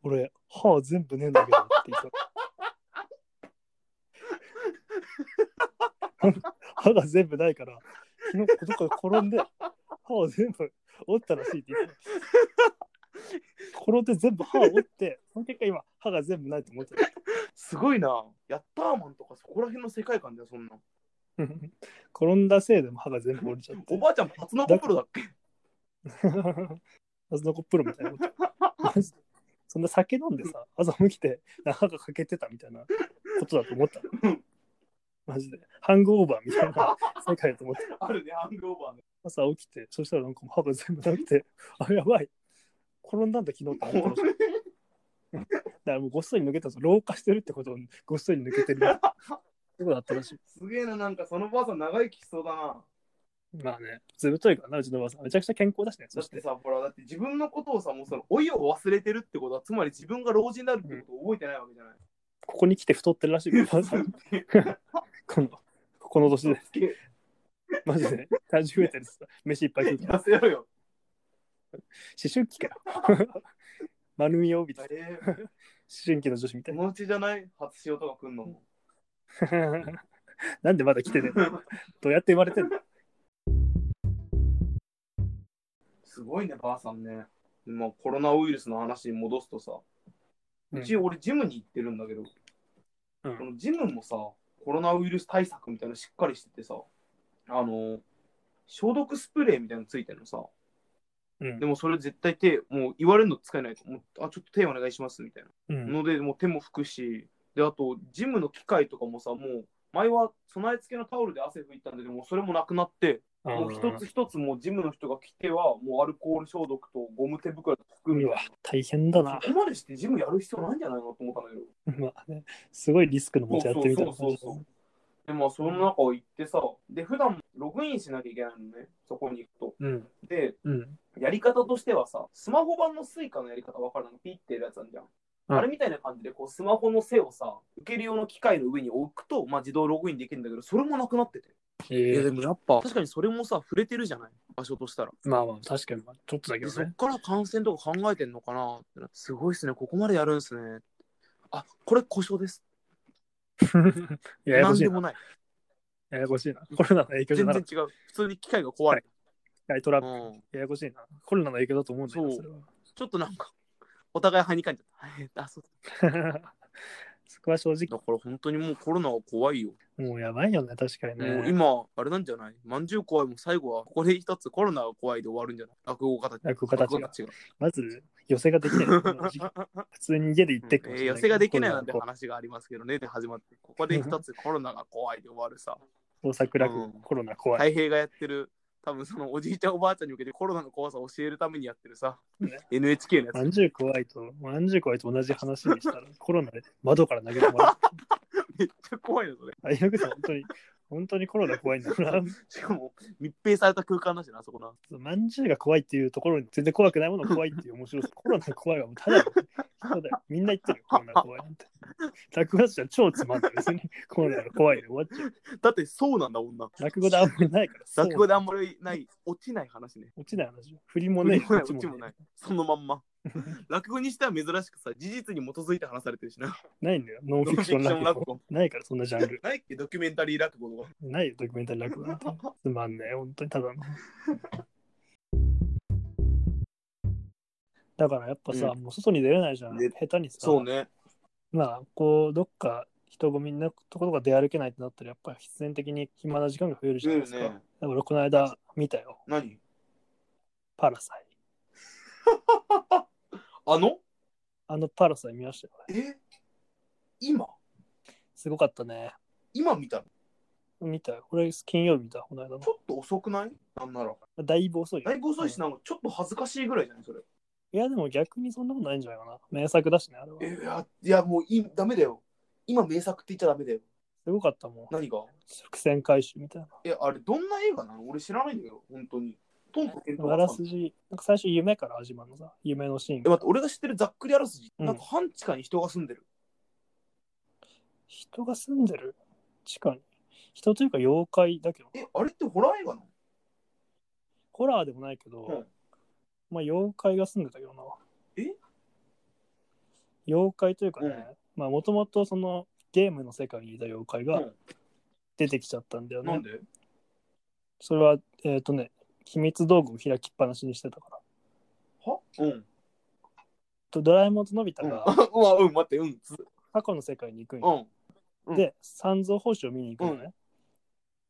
[SPEAKER 2] 俺、歯全部ねえんだけどって言った 歯が全部ないから、昨日どっかで転んで、歯を全部折ったらしいって言ってた。転んで全部歯を折って、その結果今、歯が全部ないと思 ってる。
[SPEAKER 1] すごいな。ヤッターマンとかそこら辺の世界観だよ、そんな。
[SPEAKER 2] 転んだせいでも歯が全部折れちゃって
[SPEAKER 1] お。ばあちゃん、初のコプロだっけ
[SPEAKER 2] アズノコプロみたいなこと。マジでそんな酒飲んでさ、朝起きて歯が欠けてたみたいなことだと思ったの。マジで。ハングオーバーみたいな世界だと思って。
[SPEAKER 1] あるね、ハングオーバーね。
[SPEAKER 2] 朝起きて、そしたらなんかもう歯が全部なくて、あ、やばい。転んだんだ昨日って思ったらしいだからもうごっそり抜けたぞ。老化してるってことをごっそり抜けてる。そうだったらしい。
[SPEAKER 1] すげえな、なんかそのばあさん長生きしそうだな。
[SPEAKER 2] まあね、ずぶといからな、うちのおばあさん。めちゃくちゃ健康だしね。そ
[SPEAKER 1] だっ
[SPEAKER 2] してて、
[SPEAKER 1] さ、ほら、だって自分のことをさ、もうその、老いを忘れてるってことは、つまり自分が老人になるってことを覚えてないわけじゃない。
[SPEAKER 2] ここに来て太ってるらしい からおばあさん。この、この年で。
[SPEAKER 1] すげえ
[SPEAKER 2] マジで体重増えたりさ、飯いっぱい食うから。
[SPEAKER 1] 痩せろ よ。
[SPEAKER 2] 思春期かよ。 丸みを帯びて
[SPEAKER 1] え
[SPEAKER 2] 思春期の女子みた
[SPEAKER 1] ー、
[SPEAKER 2] い
[SPEAKER 1] こ
[SPEAKER 2] な。
[SPEAKER 1] のうちじゃない初潮とか来ん のも。
[SPEAKER 2] なんでまだ来てねえのどうやって生まれてんの
[SPEAKER 1] すごいね、ばあさんね。まあ、コロナウイルスの話に戻すとさ、
[SPEAKER 2] うん
[SPEAKER 1] うち俺ジムに行ってるんだけど、
[SPEAKER 2] うん
[SPEAKER 1] このジムもさ、コロナウイルス対策みたいなのしっかりしててさ、あの、消毒スプレーみたいなのついてるのさ、
[SPEAKER 2] うん
[SPEAKER 1] でもそれ絶対手、もう言われるの使えないと、もうあ、ちょっと手お願いしますみたいな。
[SPEAKER 2] うん
[SPEAKER 1] ので、もう手も拭くし、で、あと、ジムの機械とかもさ、もう、前は備え付けのタオルで汗拭いたんだけど、もうそれもなくなって、もう一つ一つもうジムの人が来ては、もうアルコール消毒とゴム手袋で拭くみ
[SPEAKER 2] う
[SPEAKER 1] た
[SPEAKER 2] わ
[SPEAKER 1] い
[SPEAKER 2] 大変だ
[SPEAKER 1] な。
[SPEAKER 2] な
[SPEAKER 1] そ。こまでしてジムやる必要ないんじゃないのと思ったんだけど。
[SPEAKER 2] まあね、すごいリスクの持ち合ってみたいな感じだ
[SPEAKER 1] そうそうそう
[SPEAKER 2] ね
[SPEAKER 1] そで、まあ、その中を行ってさ、で、普段ログインしなきゃいけないのね、そこに行くと。
[SPEAKER 2] うん。
[SPEAKER 1] で、
[SPEAKER 2] うん。
[SPEAKER 1] やり方としてはさ、スマホ版のスイカのやり方わかるのピッてやるやつあるじゃん。
[SPEAKER 2] うん
[SPEAKER 1] あれみたいな感じで、こう、スマホの背をさ、受ける用の機械の上に置くと、まあ、自動ログインできるんだけど、それもなくなってて。
[SPEAKER 2] え
[SPEAKER 1] いや、
[SPEAKER 2] ー
[SPEAKER 1] でもやっぱ、確かにそれもさ、触れてるじゃない場所としたら。
[SPEAKER 2] まあまあ、確かに、ちょっとだけ
[SPEAKER 1] で
[SPEAKER 2] ど
[SPEAKER 1] そ
[SPEAKER 2] ね
[SPEAKER 1] っ。から感染とか考えてんのかなってなすごいっすね、ここまでやるんすね。あ、これ故障です。
[SPEAKER 2] ややこ
[SPEAKER 1] 何
[SPEAKER 2] しい
[SPEAKER 1] で
[SPEAKER 2] な。
[SPEAKER 1] もない。
[SPEAKER 2] ややこしいな。コロナの影響じゃ
[SPEAKER 1] 全
[SPEAKER 2] な
[SPEAKER 1] 然
[SPEAKER 2] か
[SPEAKER 1] 違
[SPEAKER 2] っ
[SPEAKER 1] う。普通に機械が壊れた。
[SPEAKER 2] た。トラブル。
[SPEAKER 1] うん、
[SPEAKER 2] ややこしいな。コロナの影響だと思うんだよな、
[SPEAKER 1] そう
[SPEAKER 2] それは。
[SPEAKER 1] ちょっとなんか、お互いはにかんじゃった。あ、そう
[SPEAKER 2] そこは正直、
[SPEAKER 1] だから本当にもうコロナは怖いよ。
[SPEAKER 2] もうやばいよね、確かに
[SPEAKER 1] もう
[SPEAKER 2] ね。
[SPEAKER 1] 今、あれなんじゃないまんじゅう怖いも最後はこれ一つコロナが怖いで終わるんじゃない落語家たち。
[SPEAKER 2] 落語家たちが
[SPEAKER 1] 落語
[SPEAKER 2] まず、寄せができない。この 時期普通に家で行ってっ
[SPEAKER 1] うんえー寄せができないなんて
[SPEAKER 2] こ
[SPEAKER 1] 話がありますけどねって始まって、ここで一つコロナが怖いで終わるさ。
[SPEAKER 2] う桜区、
[SPEAKER 1] うん
[SPEAKER 2] コロナ怖い。
[SPEAKER 1] 太平がやってる、多分そのおじいちゃんおばあちゃんに向けてコロナの怖さを教えるためにやってるさ、
[SPEAKER 2] ね
[SPEAKER 1] NHK のや
[SPEAKER 2] ま
[SPEAKER 1] つ
[SPEAKER 2] んじゅう怖いと、まんじゅう怖いと同じ話にした ら、コロナで窓から投げ込まれる。
[SPEAKER 1] めっちゃ怖いのそれ。
[SPEAKER 2] あ、よくさん、本当に、本当にコロナ怖いんだな。
[SPEAKER 1] しかも密閉された空間だしな、あそこな。
[SPEAKER 2] まんじゅうが怖いっていうところに全然怖くないものが怖いっていう面白さ。コロナ怖いはもうただの人だよ。みんな言ってるよ、コロナ怖いなんて。落語家としては超つまんない。別にコロナが怖いで終わっちゃう。
[SPEAKER 1] だってそうなんだ、女。
[SPEAKER 2] 落語であんまりないから。
[SPEAKER 1] 落語
[SPEAKER 2] で
[SPEAKER 1] であんまりない、落ちない話ね。
[SPEAKER 2] 落ちない話よ。振りもねえ
[SPEAKER 1] うちもない、
[SPEAKER 2] 落
[SPEAKER 1] うち
[SPEAKER 2] ち
[SPEAKER 1] も
[SPEAKER 2] もな
[SPEAKER 1] ないい。。そのまんま。落語にしては珍しくさ、事実に基づいて話されてるしな。
[SPEAKER 2] ないんだよ。ノ
[SPEAKER 1] ノ
[SPEAKER 2] ンフ
[SPEAKER 1] ンフ
[SPEAKER 2] ィク
[SPEAKER 1] ィ
[SPEAKER 2] ショ
[SPEAKER 1] ク
[SPEAKER 2] ン
[SPEAKER 1] ション落
[SPEAKER 2] 落語。
[SPEAKER 1] 語。
[SPEAKER 2] ないから、そんなジャンル。
[SPEAKER 1] ないっけ、ドキュメンタリー落語とか。
[SPEAKER 2] ないよ、ドキュメンタリー落語なんて。つまんねえ、本当にただの。だからやっぱさ、
[SPEAKER 1] う
[SPEAKER 2] もう外に出れないじゃん。
[SPEAKER 1] で
[SPEAKER 2] 下手にさ、
[SPEAKER 1] そうね。
[SPEAKER 2] まあ、こう、どっか人混みのところが出歩けないってなったら、やっぱり必然的に暇な時間が増えるじゃないですか。
[SPEAKER 1] うんね
[SPEAKER 2] だからこの間見たよ、
[SPEAKER 1] 何
[SPEAKER 2] パラサイ。
[SPEAKER 1] あの
[SPEAKER 2] あのパラサイ見ましたよ。
[SPEAKER 1] え今
[SPEAKER 2] すごかったね。
[SPEAKER 1] 今見たの
[SPEAKER 2] 見たよ。これ金曜日見た、この間
[SPEAKER 1] ちょっと遅くないなんなら。
[SPEAKER 2] の。だいぶ遅いよ。
[SPEAKER 1] だいぶ遅いし、なんかちょっと恥ずかしいぐらいじゃないそれ。
[SPEAKER 2] いや、でも逆にそんなことないんじゃないかな。名作だしね、あれは。
[SPEAKER 1] いや、いやもういダメだよ。今名作って言っちゃダメだよ。
[SPEAKER 2] すごかったもん。
[SPEAKER 1] 何が
[SPEAKER 2] 伏線回収みたいな。
[SPEAKER 1] え、あれ、どんな映画なの俺知らないんだけど、本当に。トンと検討
[SPEAKER 2] あらすじ、なんか最初夢から始まるのさ、夢のシーン
[SPEAKER 1] え、。待って、俺が知ってるざっくりあらすじ、
[SPEAKER 2] うん
[SPEAKER 1] なんか半地下に人が住んでる。
[SPEAKER 2] 人が住んでる地下に。人というか妖怪だけど、
[SPEAKER 1] え、あれってホラー映画なの
[SPEAKER 2] ホラーでもないけど、
[SPEAKER 1] うん
[SPEAKER 2] まあ妖怪が住んでたけどな。
[SPEAKER 1] え
[SPEAKER 2] 妖怪というかね、
[SPEAKER 1] うん
[SPEAKER 2] まあもともとそのゲームの世界にいた妖怪が
[SPEAKER 1] うん
[SPEAKER 2] 出てきちゃったんだよね。
[SPEAKER 1] なんで
[SPEAKER 2] それは、えっ、とね、秘密道具を開きっぱなしにしてたから。
[SPEAKER 1] はうん。
[SPEAKER 2] とドラえもんとのび太
[SPEAKER 1] うん、
[SPEAKER 2] が
[SPEAKER 1] うわ、うん、待って、うん、つ
[SPEAKER 2] 過去の世界に行くんよ。
[SPEAKER 1] うん。うん
[SPEAKER 2] で、三蔵法師を見に行くのね。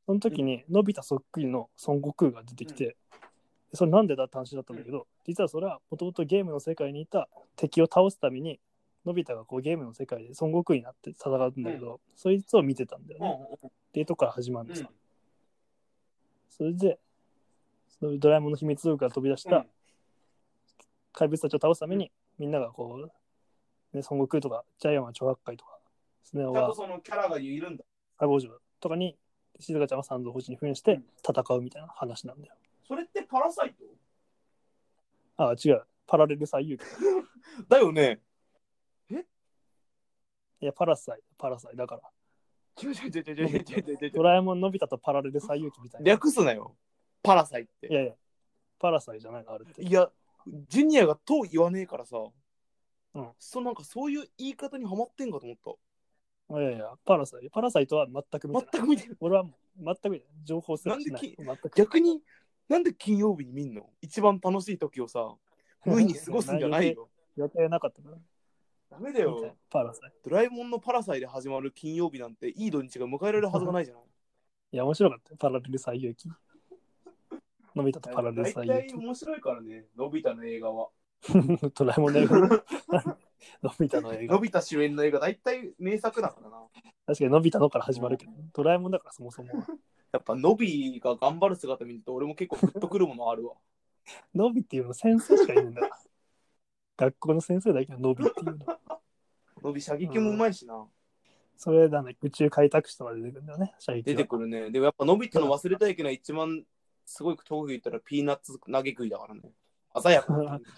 [SPEAKER 2] その時に、のび太そっくりの孫悟空が出てきて、それなんでだって話だったんだけど、実はそれはもともとゲームの世界にいた敵を倒すために、のび太がこうゲームの世界で孫悟空になって戦うんだけど、そいつを見てたんだよ
[SPEAKER 1] う
[SPEAKER 2] ね。
[SPEAKER 1] ん
[SPEAKER 2] っていうとこから始まる
[SPEAKER 1] う
[SPEAKER 2] の
[SPEAKER 1] ん。
[SPEAKER 2] さ。それで、そのドラえもんの秘密道具が飛び出した怪物たちを倒すために、みんながこう、ね、孫悟空とか、ジャイアンは超八海とか、スネ
[SPEAKER 1] う
[SPEAKER 2] 夫
[SPEAKER 1] んちゃん
[SPEAKER 2] は
[SPEAKER 1] とそのキャラがいるんだ。
[SPEAKER 2] 佐合城とかに静香ちゃんは三蔵法師に扮して
[SPEAKER 1] うん
[SPEAKER 2] 戦うみたいな話なんだよ。
[SPEAKER 1] それってパラサイ ト
[SPEAKER 2] ああ違う。パラレル最優秀。
[SPEAKER 1] だよね。
[SPEAKER 2] いや、パラサイ、パラサイだから。
[SPEAKER 1] 違う違う違う違う違う違う違う違
[SPEAKER 2] ド
[SPEAKER 1] う。
[SPEAKER 2] ラえもんのび太とパラレル最優秀みたいな。い
[SPEAKER 1] 略すなよ。パラサイって。
[SPEAKER 2] やいや、パラサイじゃないの、あれって。
[SPEAKER 1] いや、ジュニアがとう言わねえからさ、
[SPEAKER 2] うん
[SPEAKER 1] そうなんかそういう言い方にはまってんかと思っ
[SPEAKER 2] いやいや、パラサイ。パラサイとは全く見て
[SPEAKER 1] た。
[SPEAKER 2] な
[SPEAKER 1] 全
[SPEAKER 2] い。
[SPEAKER 1] く見てない。
[SPEAKER 2] 俺はもう全く見てない。情報すら
[SPEAKER 1] なん
[SPEAKER 2] し
[SPEAKER 1] で
[SPEAKER 2] ない。
[SPEAKER 1] き
[SPEAKER 2] 全く。
[SPEAKER 1] 逆になんで金曜日に見んの一番楽しい時をさ、無意に過ごすんじゃない よ。
[SPEAKER 2] 予定なかったから。
[SPEAKER 1] ダメだよ。
[SPEAKER 2] パラサイ。
[SPEAKER 1] ドラえもんのパラサイで始まる金曜日なんて、いい土日が迎えられるはずがないじゃない。
[SPEAKER 2] いや、面白かったよ。パラレル最遊記。のび太とパラレル最
[SPEAKER 1] 大
[SPEAKER 2] 遊
[SPEAKER 1] 体面白いからね、のび太の映画は。
[SPEAKER 2] 記。 ドラえもんの映画。のび太の映画
[SPEAKER 1] の。び太主演の映画、大体名作だからな。
[SPEAKER 2] 確かにのび太のから始まるけど、ドラえもんだからそもそもは。
[SPEAKER 1] やっぱ、のびが頑張る姿見ると、俺も結構グッとくるものある わ。
[SPEAKER 2] のびっていうの先生しかいないんだ から。学校の先生だけはのびっていうの。
[SPEAKER 1] のび射撃もうまいしな。
[SPEAKER 2] それだね、宇宙開拓士とか出てくるんだよね、射撃
[SPEAKER 1] 出て
[SPEAKER 2] は。
[SPEAKER 1] くるね。でもやっぱ、のび太の忘れたいけない一番すごい特技言ったら、ピーナッツ投げ食いだからね。鮮やか。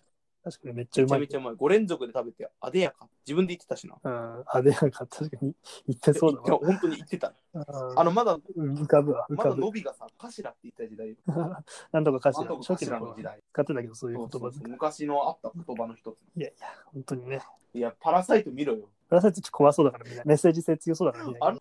[SPEAKER 2] 確かにめっちゃう
[SPEAKER 1] めち
[SPEAKER 2] ま
[SPEAKER 1] ゃ
[SPEAKER 2] い
[SPEAKER 1] め。ちゃうまい。5連続で食べて、あでやか。自分で言ってたしな。
[SPEAKER 2] うん、あでやか確かに言ってそう
[SPEAKER 1] い
[SPEAKER 2] だ
[SPEAKER 1] や
[SPEAKER 2] わ。
[SPEAKER 1] 本当に言ってた。
[SPEAKER 2] うん
[SPEAKER 1] あの、まだ、
[SPEAKER 2] 浮かぶわ、浮
[SPEAKER 1] ま
[SPEAKER 2] か
[SPEAKER 1] だ
[SPEAKER 2] ぶ。
[SPEAKER 1] のびがさ、頭って言った時代。
[SPEAKER 2] なんとかかし
[SPEAKER 1] なん
[SPEAKER 2] ら、
[SPEAKER 1] とか
[SPEAKER 2] 初期の
[SPEAKER 1] 頭
[SPEAKER 2] 頃
[SPEAKER 1] の
[SPEAKER 2] は
[SPEAKER 1] 時代。
[SPEAKER 2] 使ってたけど、そういう
[SPEAKER 1] そう
[SPEAKER 2] 言
[SPEAKER 1] そ
[SPEAKER 2] 葉
[SPEAKER 1] う
[SPEAKER 2] で
[SPEAKER 1] そう。昔のあった言葉の一つ。
[SPEAKER 2] いやいや、本当にね。
[SPEAKER 1] いや、パラサイト見ろよ。
[SPEAKER 2] プラスちょっと怖そうだから見ない。メッセージ性強そうだから見な
[SPEAKER 1] あ
[SPEAKER 2] い
[SPEAKER 1] れ。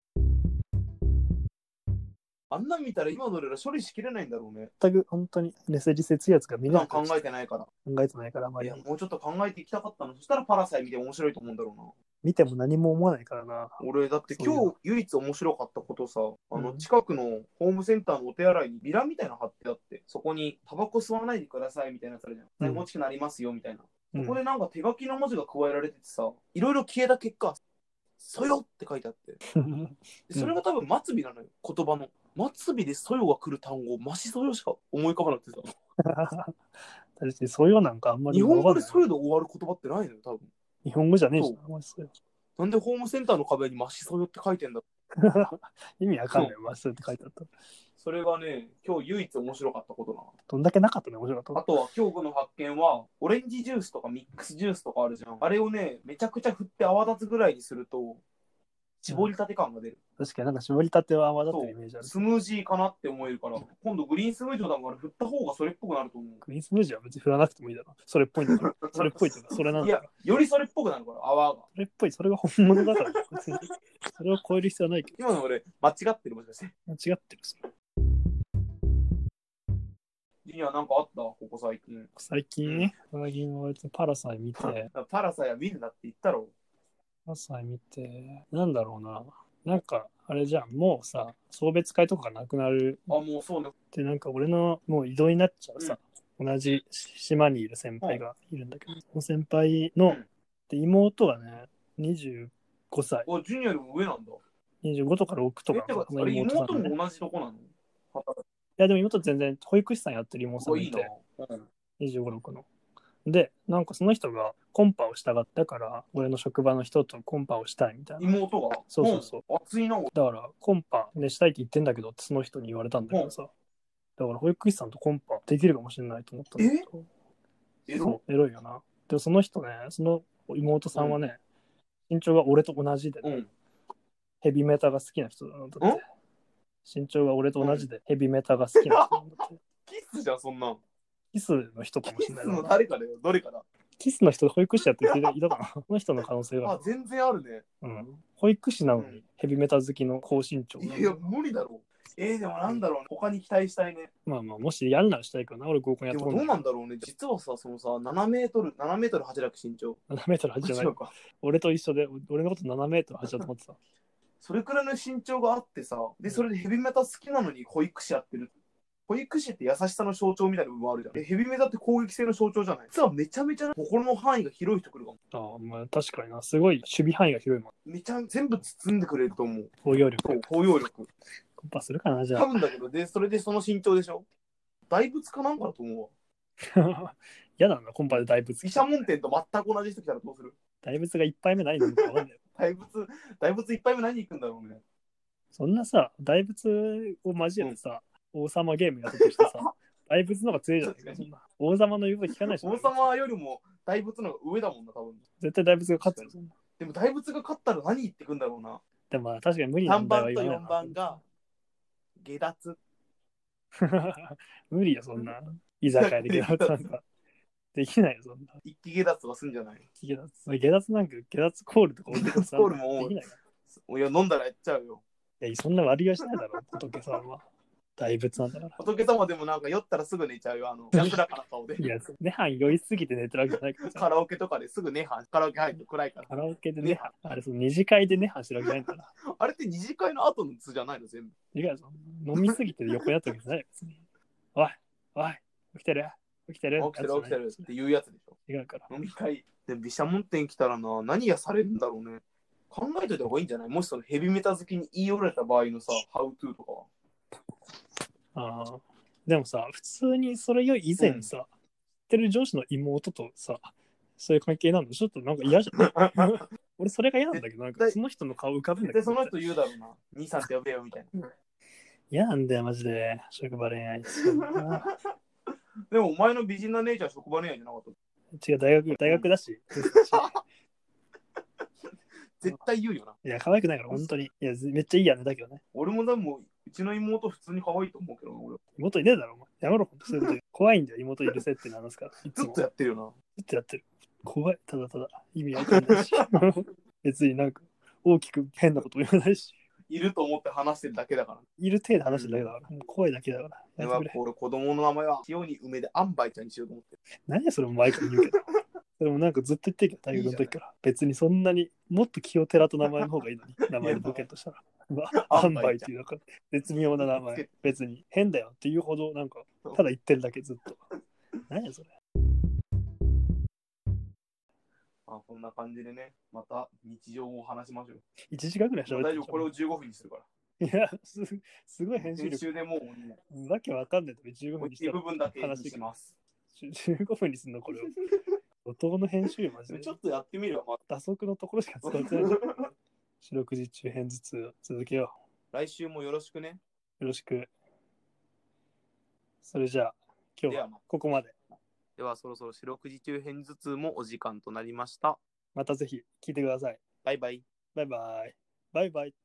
[SPEAKER 1] あんなん見たら今の俺ら処理しきれないんだろうね。
[SPEAKER 2] 全く本当にメッセージ性強いやつが見
[SPEAKER 1] 普
[SPEAKER 2] な
[SPEAKER 1] 段
[SPEAKER 2] い。考
[SPEAKER 1] 考えてないから。
[SPEAKER 2] えてないから、あま
[SPEAKER 1] い
[SPEAKER 2] り
[SPEAKER 1] や、。もうちょっと考えていきたかったの。そしたらパラサイ見て面白いと思うんだろうな。
[SPEAKER 2] 見ても何も思わないからな。
[SPEAKER 1] 俺、だって
[SPEAKER 2] そうい
[SPEAKER 1] 今日唯一面白かったことさ、あの
[SPEAKER 2] うん
[SPEAKER 1] 近くのホームセンターのお手洗いにビラみたいなの貼ってあって、そこにタバコ吸わないでくださいみたいなやつあるじゃん。
[SPEAKER 2] うん
[SPEAKER 1] 財布持ちくなりますよみたいな。
[SPEAKER 2] う
[SPEAKER 1] ここ
[SPEAKER 2] ん、
[SPEAKER 1] でなんか手書きの文字が加えられててさ、いろいろ消えた結果、そよって書いてあって、でそれが多分末尾なのよ、言葉の。末尾でそよが来る単語、マシそよしか思い浮かばなくてさ、
[SPEAKER 2] 確かに、そういうなんかあんまり
[SPEAKER 1] 日本語
[SPEAKER 2] わか
[SPEAKER 1] で
[SPEAKER 2] んない
[SPEAKER 1] そよで終わる言葉ってないのよ、多分。
[SPEAKER 2] 日本語じゃねえし
[SPEAKER 1] そう
[SPEAKER 2] な。お前そうよ
[SPEAKER 1] なんでホームセンターの壁にマシそよって書いてんだ
[SPEAKER 2] 意味わかんないよ。忘れて書いてあった。
[SPEAKER 1] それがね、今日唯一面白かったことな。
[SPEAKER 2] どんだけなかったね、面白か
[SPEAKER 1] あ
[SPEAKER 2] っ
[SPEAKER 1] とは今日の発見は、オレンジジュースとかミックスジュースとかあるじゃん。あれをね、めちゃくちゃ振って泡立つぐらいにすると、絞りたて感が出る。
[SPEAKER 2] た。確かになんか絞りたては泡立ってるイメージある。
[SPEAKER 1] スムージーかなって思えるから、今度グリーンスムージーだから振った方がそれっぽくなると思う。
[SPEAKER 2] クリーンスムージーは別に振らなくてもいいだろ。それっぽいん だから。それっぽいっていうか、それなん
[SPEAKER 1] い
[SPEAKER 2] だ
[SPEAKER 1] や
[SPEAKER 2] から。、
[SPEAKER 1] よりそれっぽくなるから、泡が。
[SPEAKER 2] それっぽい、それが本物だから。別にそれを超える必要はないけ
[SPEAKER 1] 今の俺、間違ってるもしかして。
[SPEAKER 2] ど、間違ってる。それ
[SPEAKER 1] ジュニアなんかあったここ最近。
[SPEAKER 2] 最近、最近は別にパラサイ見て、パ
[SPEAKER 1] パラサイは見るなって言ったろ。
[SPEAKER 2] ラサイ見て、なんだろうな。なんか、あれじゃん、もうさ、送別会とかがなくなる
[SPEAKER 1] あ、もうそうね。
[SPEAKER 2] でなんか俺のもう異動になっちゃうさ、同じ島にいる先輩がいるんだけど、その先輩の、
[SPEAKER 1] うん
[SPEAKER 2] で妹はね25歳
[SPEAKER 1] あ、ジュニアよりも上なんだ。
[SPEAKER 2] 25とか6と
[SPEAKER 1] え、
[SPEAKER 2] か
[SPEAKER 1] てか、
[SPEAKER 2] の
[SPEAKER 1] あれ妹
[SPEAKER 2] 妹なんだねい
[SPEAKER 1] も同じとこなの
[SPEAKER 2] やでも妹全然保育士さんやってる妹さん
[SPEAKER 1] あ
[SPEAKER 2] が
[SPEAKER 1] い
[SPEAKER 2] い
[SPEAKER 1] い
[SPEAKER 2] て
[SPEAKER 1] ね。うん
[SPEAKER 2] 256の。でなんかその人がコンパをしたがったから俺の職場の人とコンパをしたいみたいな。
[SPEAKER 1] 妹が。
[SPEAKER 2] そうそうそう
[SPEAKER 1] うん。熱いな、俺
[SPEAKER 2] だからコンパ、ね、したいって言ってんだけどってその人に言われたんだけどさ、だから保育士さんとコンパできるかもしれないと思ったんだけど。
[SPEAKER 1] エロ
[SPEAKER 2] そうエロいよな。でもその人ね、その妹さんはね、身長が俺と同じで、ね
[SPEAKER 1] うん。
[SPEAKER 2] ヘビメタが好きな人なんだって。身長が俺と同じで、ヘビメタが好きな人なんだ って。
[SPEAKER 1] キスじゃん、そんなん。
[SPEAKER 2] キスの人かも
[SPEAKER 1] キス
[SPEAKER 2] しれない
[SPEAKER 1] の
[SPEAKER 2] な。
[SPEAKER 1] 誰かだよ、どれかだ。
[SPEAKER 2] キスの人、保育士やってる人い たかな。その人の可能性があ
[SPEAKER 1] あ
[SPEAKER 2] る、
[SPEAKER 1] 全然あるね。
[SPEAKER 2] うん。保育士なの
[SPEAKER 1] う
[SPEAKER 2] に、ヘビメタ好きの高身長。
[SPEAKER 1] いや、無理だろう。えー、でもなんだろうね。他に期待したいね。
[SPEAKER 2] まあまあ、もしやるならしたいけどな、俺合コンやっ
[SPEAKER 1] で
[SPEAKER 2] た
[SPEAKER 1] もど
[SPEAKER 2] こと
[SPEAKER 1] う
[SPEAKER 2] な
[SPEAKER 1] ないん。だろうね。実はさ、そのさ、7メートル、7メートル8だっけ身長。
[SPEAKER 2] 7メートル8じゃな
[SPEAKER 1] 違
[SPEAKER 2] い
[SPEAKER 1] 。
[SPEAKER 2] う
[SPEAKER 1] か。
[SPEAKER 2] 俺と一緒で、俺のこと7メートル8だと思ってた。
[SPEAKER 1] それくらいの身長があってさ、で、それでヘビメタ好きなのに保育士やってる。保育士って優しさの象徴みたいな部分あるじゃん。えヘビメタって攻撃性の象徴じゃない実はめちゃめちゃ心の範囲が広い人来るかも。
[SPEAKER 2] ああ、まあ確かにな、すごい守備範囲が広いもん。
[SPEAKER 1] めちゃ全部包んでくれると思う。
[SPEAKER 2] 包容力。
[SPEAKER 1] そう、包容力。
[SPEAKER 2] コンパするかな、じゃあ
[SPEAKER 1] 多。分だけど、で、それでその身長でしょ大仏かなんかだと思うわ。
[SPEAKER 2] 嫌だな、コンパで大仏。
[SPEAKER 1] 毘沙門天と全く同じ人来たらどうする
[SPEAKER 2] 大仏が一杯目何飲むか分かんない。
[SPEAKER 1] 大仏、大仏いっぱい目何行くんだろうね。
[SPEAKER 2] そんなさ、大仏を交えてさ、王様ゲームやったとし てさ、大仏の方が強いじゃないか、そんな。王様の言うこと聞かないでしょ。
[SPEAKER 1] 王様よりも大仏の方が上だもんな、多分。
[SPEAKER 2] 絶対大仏が勝つよ。そんな
[SPEAKER 1] でも大仏が勝ったら何言ってくんだろうな。
[SPEAKER 2] でもまあ確かに無理な
[SPEAKER 1] 3
[SPEAKER 2] んだ
[SPEAKER 1] 番
[SPEAKER 2] よ、
[SPEAKER 1] と
[SPEAKER 2] 今
[SPEAKER 1] 4番が下脱。
[SPEAKER 2] 無理よ、そんな。居酒屋で下脱なんか。 できないよ、そんな。
[SPEAKER 1] 一気下脱はすんじゃない
[SPEAKER 2] 下脱下脱なんか、下脱コールとか
[SPEAKER 1] 下脱コールも
[SPEAKER 2] できないから
[SPEAKER 1] いや、飲んだらやっちゃうよ。
[SPEAKER 2] いや、そんな悪用しないだろ、仏さんは。大仏なんだから。
[SPEAKER 1] 仏様でもなんか酔ったらすぐ寝ちゃうよ、あの、安らかな顔で。
[SPEAKER 2] いや、涅槃酔いすぎて寝てるわけじゃないから
[SPEAKER 1] カ
[SPEAKER 2] さ。
[SPEAKER 1] ラオケとかですぐ涅槃、カラオケ入ると暗いから。
[SPEAKER 2] カラオケで涅槃、あれ、その二次会で涅槃してるわけじゃないから。
[SPEAKER 1] あれって二次会の後の図じゃないの、全部。
[SPEAKER 2] いや、その飲みすぎて横になったわけじゃないよ。別におい、おい、起きてる起きてる
[SPEAKER 1] 起きてる起きてるっていうやつでしょ。
[SPEAKER 2] 違うから。
[SPEAKER 1] 飲み会で、毘沙門天来たらな、何やされるんだろうね。考えといた方がいいんじゃないもしそのヘビメタ好きに言い寄られた場合のさ、ハウトゥーとかは。
[SPEAKER 2] ああ。でもさ、普通にそれより以前にさ、知ってる上司の妹とさ、そういう関係なのちょっとなんか嫌じゃない俺それが嫌なんだけど、なんか
[SPEAKER 1] 絶対
[SPEAKER 2] その人の顔浮かぶんだ
[SPEAKER 1] 絶対
[SPEAKER 2] けど
[SPEAKER 1] その人言うだろうな。兄さんって呼べよみたい
[SPEAKER 2] 嫌なんだよ、マジで。職場恋愛。そうだ
[SPEAKER 1] な
[SPEAKER 2] な。
[SPEAKER 1] でもお前の美人な姉ちゃん職場恋愛じゃなかった。
[SPEAKER 2] 違う、大学、大学 だし。
[SPEAKER 1] 絶対言うよな。
[SPEAKER 2] いや、可愛くないから、本当に。いや、めっちゃいいやね、だけどね。
[SPEAKER 1] 俺もでも、うちの妹普通に可愛いと思うけどな、俺。
[SPEAKER 2] 妹いねえだろ、お前。やめろ、本当そういうこと。怖いんだよ、妹いるせってな 話すから。いつ
[SPEAKER 1] ず
[SPEAKER 2] も
[SPEAKER 1] っとやってるよな。
[SPEAKER 2] ずっとやってる。怖い、ただただ。意味わかんないし。 別になんか、大きく変なことも言わないし。
[SPEAKER 1] いると思って話してるだけだから。
[SPEAKER 2] いる程度話してるだけだから。もう怖いだけだから。
[SPEAKER 1] で
[SPEAKER 2] や
[SPEAKER 1] もや
[SPEAKER 2] めて
[SPEAKER 1] っ
[SPEAKER 2] く
[SPEAKER 1] ぱ
[SPEAKER 2] れ
[SPEAKER 1] 俺子供の名前は塩に梅でアンバイちゃんにしようと思ってる。
[SPEAKER 2] 何やそれも毎回言うけど。 でもなんかずっと言ってるけど、大学の時から。別にそんなにもっと気を寺と名前の方がい いのに、名前のボケとしたら。 まあ、
[SPEAKER 1] ア
[SPEAKER 2] ア
[SPEAKER 1] ン
[SPEAKER 2] ン
[SPEAKER 1] バ
[SPEAKER 2] バ
[SPEAKER 1] イ
[SPEAKER 2] イ
[SPEAKER 1] ちゃん
[SPEAKER 2] っていうなんか絶妙な名前。別に変だよっていうほど、なんか
[SPEAKER 1] そう、
[SPEAKER 2] ただ言ってるだけずっと。何やそれ。
[SPEAKER 1] あ、こんな感じでね、また日常を話しましょう。
[SPEAKER 2] 1時間ぐらい喋って
[SPEAKER 1] 大
[SPEAKER 2] る
[SPEAKER 1] 丈夫、これを15分にするから。
[SPEAKER 2] いやす、すごい編集
[SPEAKER 1] 編
[SPEAKER 2] 力。
[SPEAKER 1] 集でもう、
[SPEAKER 2] わけわかんないと思う15
[SPEAKER 1] もう
[SPEAKER 2] 分にした
[SPEAKER 1] 一
[SPEAKER 2] ら
[SPEAKER 1] 部分だけにします。
[SPEAKER 2] 15分にすんのこれを。怒涛の編集マジで
[SPEAKER 1] ち。ょっとやってみるわ、ま
[SPEAKER 2] 打足のところしか使ってない。
[SPEAKER 1] た。
[SPEAKER 2] 四六時中編ずつ続けよ
[SPEAKER 1] 来週もよろしくね。
[SPEAKER 2] う。よろしく。それじゃあ、今日
[SPEAKER 1] では
[SPEAKER 2] は
[SPEAKER 1] まあ
[SPEAKER 2] ここまで。
[SPEAKER 1] ではそろそろ四六時中編ずつもお時間となりました。
[SPEAKER 2] またぜひ聞いてください。
[SPEAKER 1] バイバイ。
[SPEAKER 2] バイバイ。バイバイ。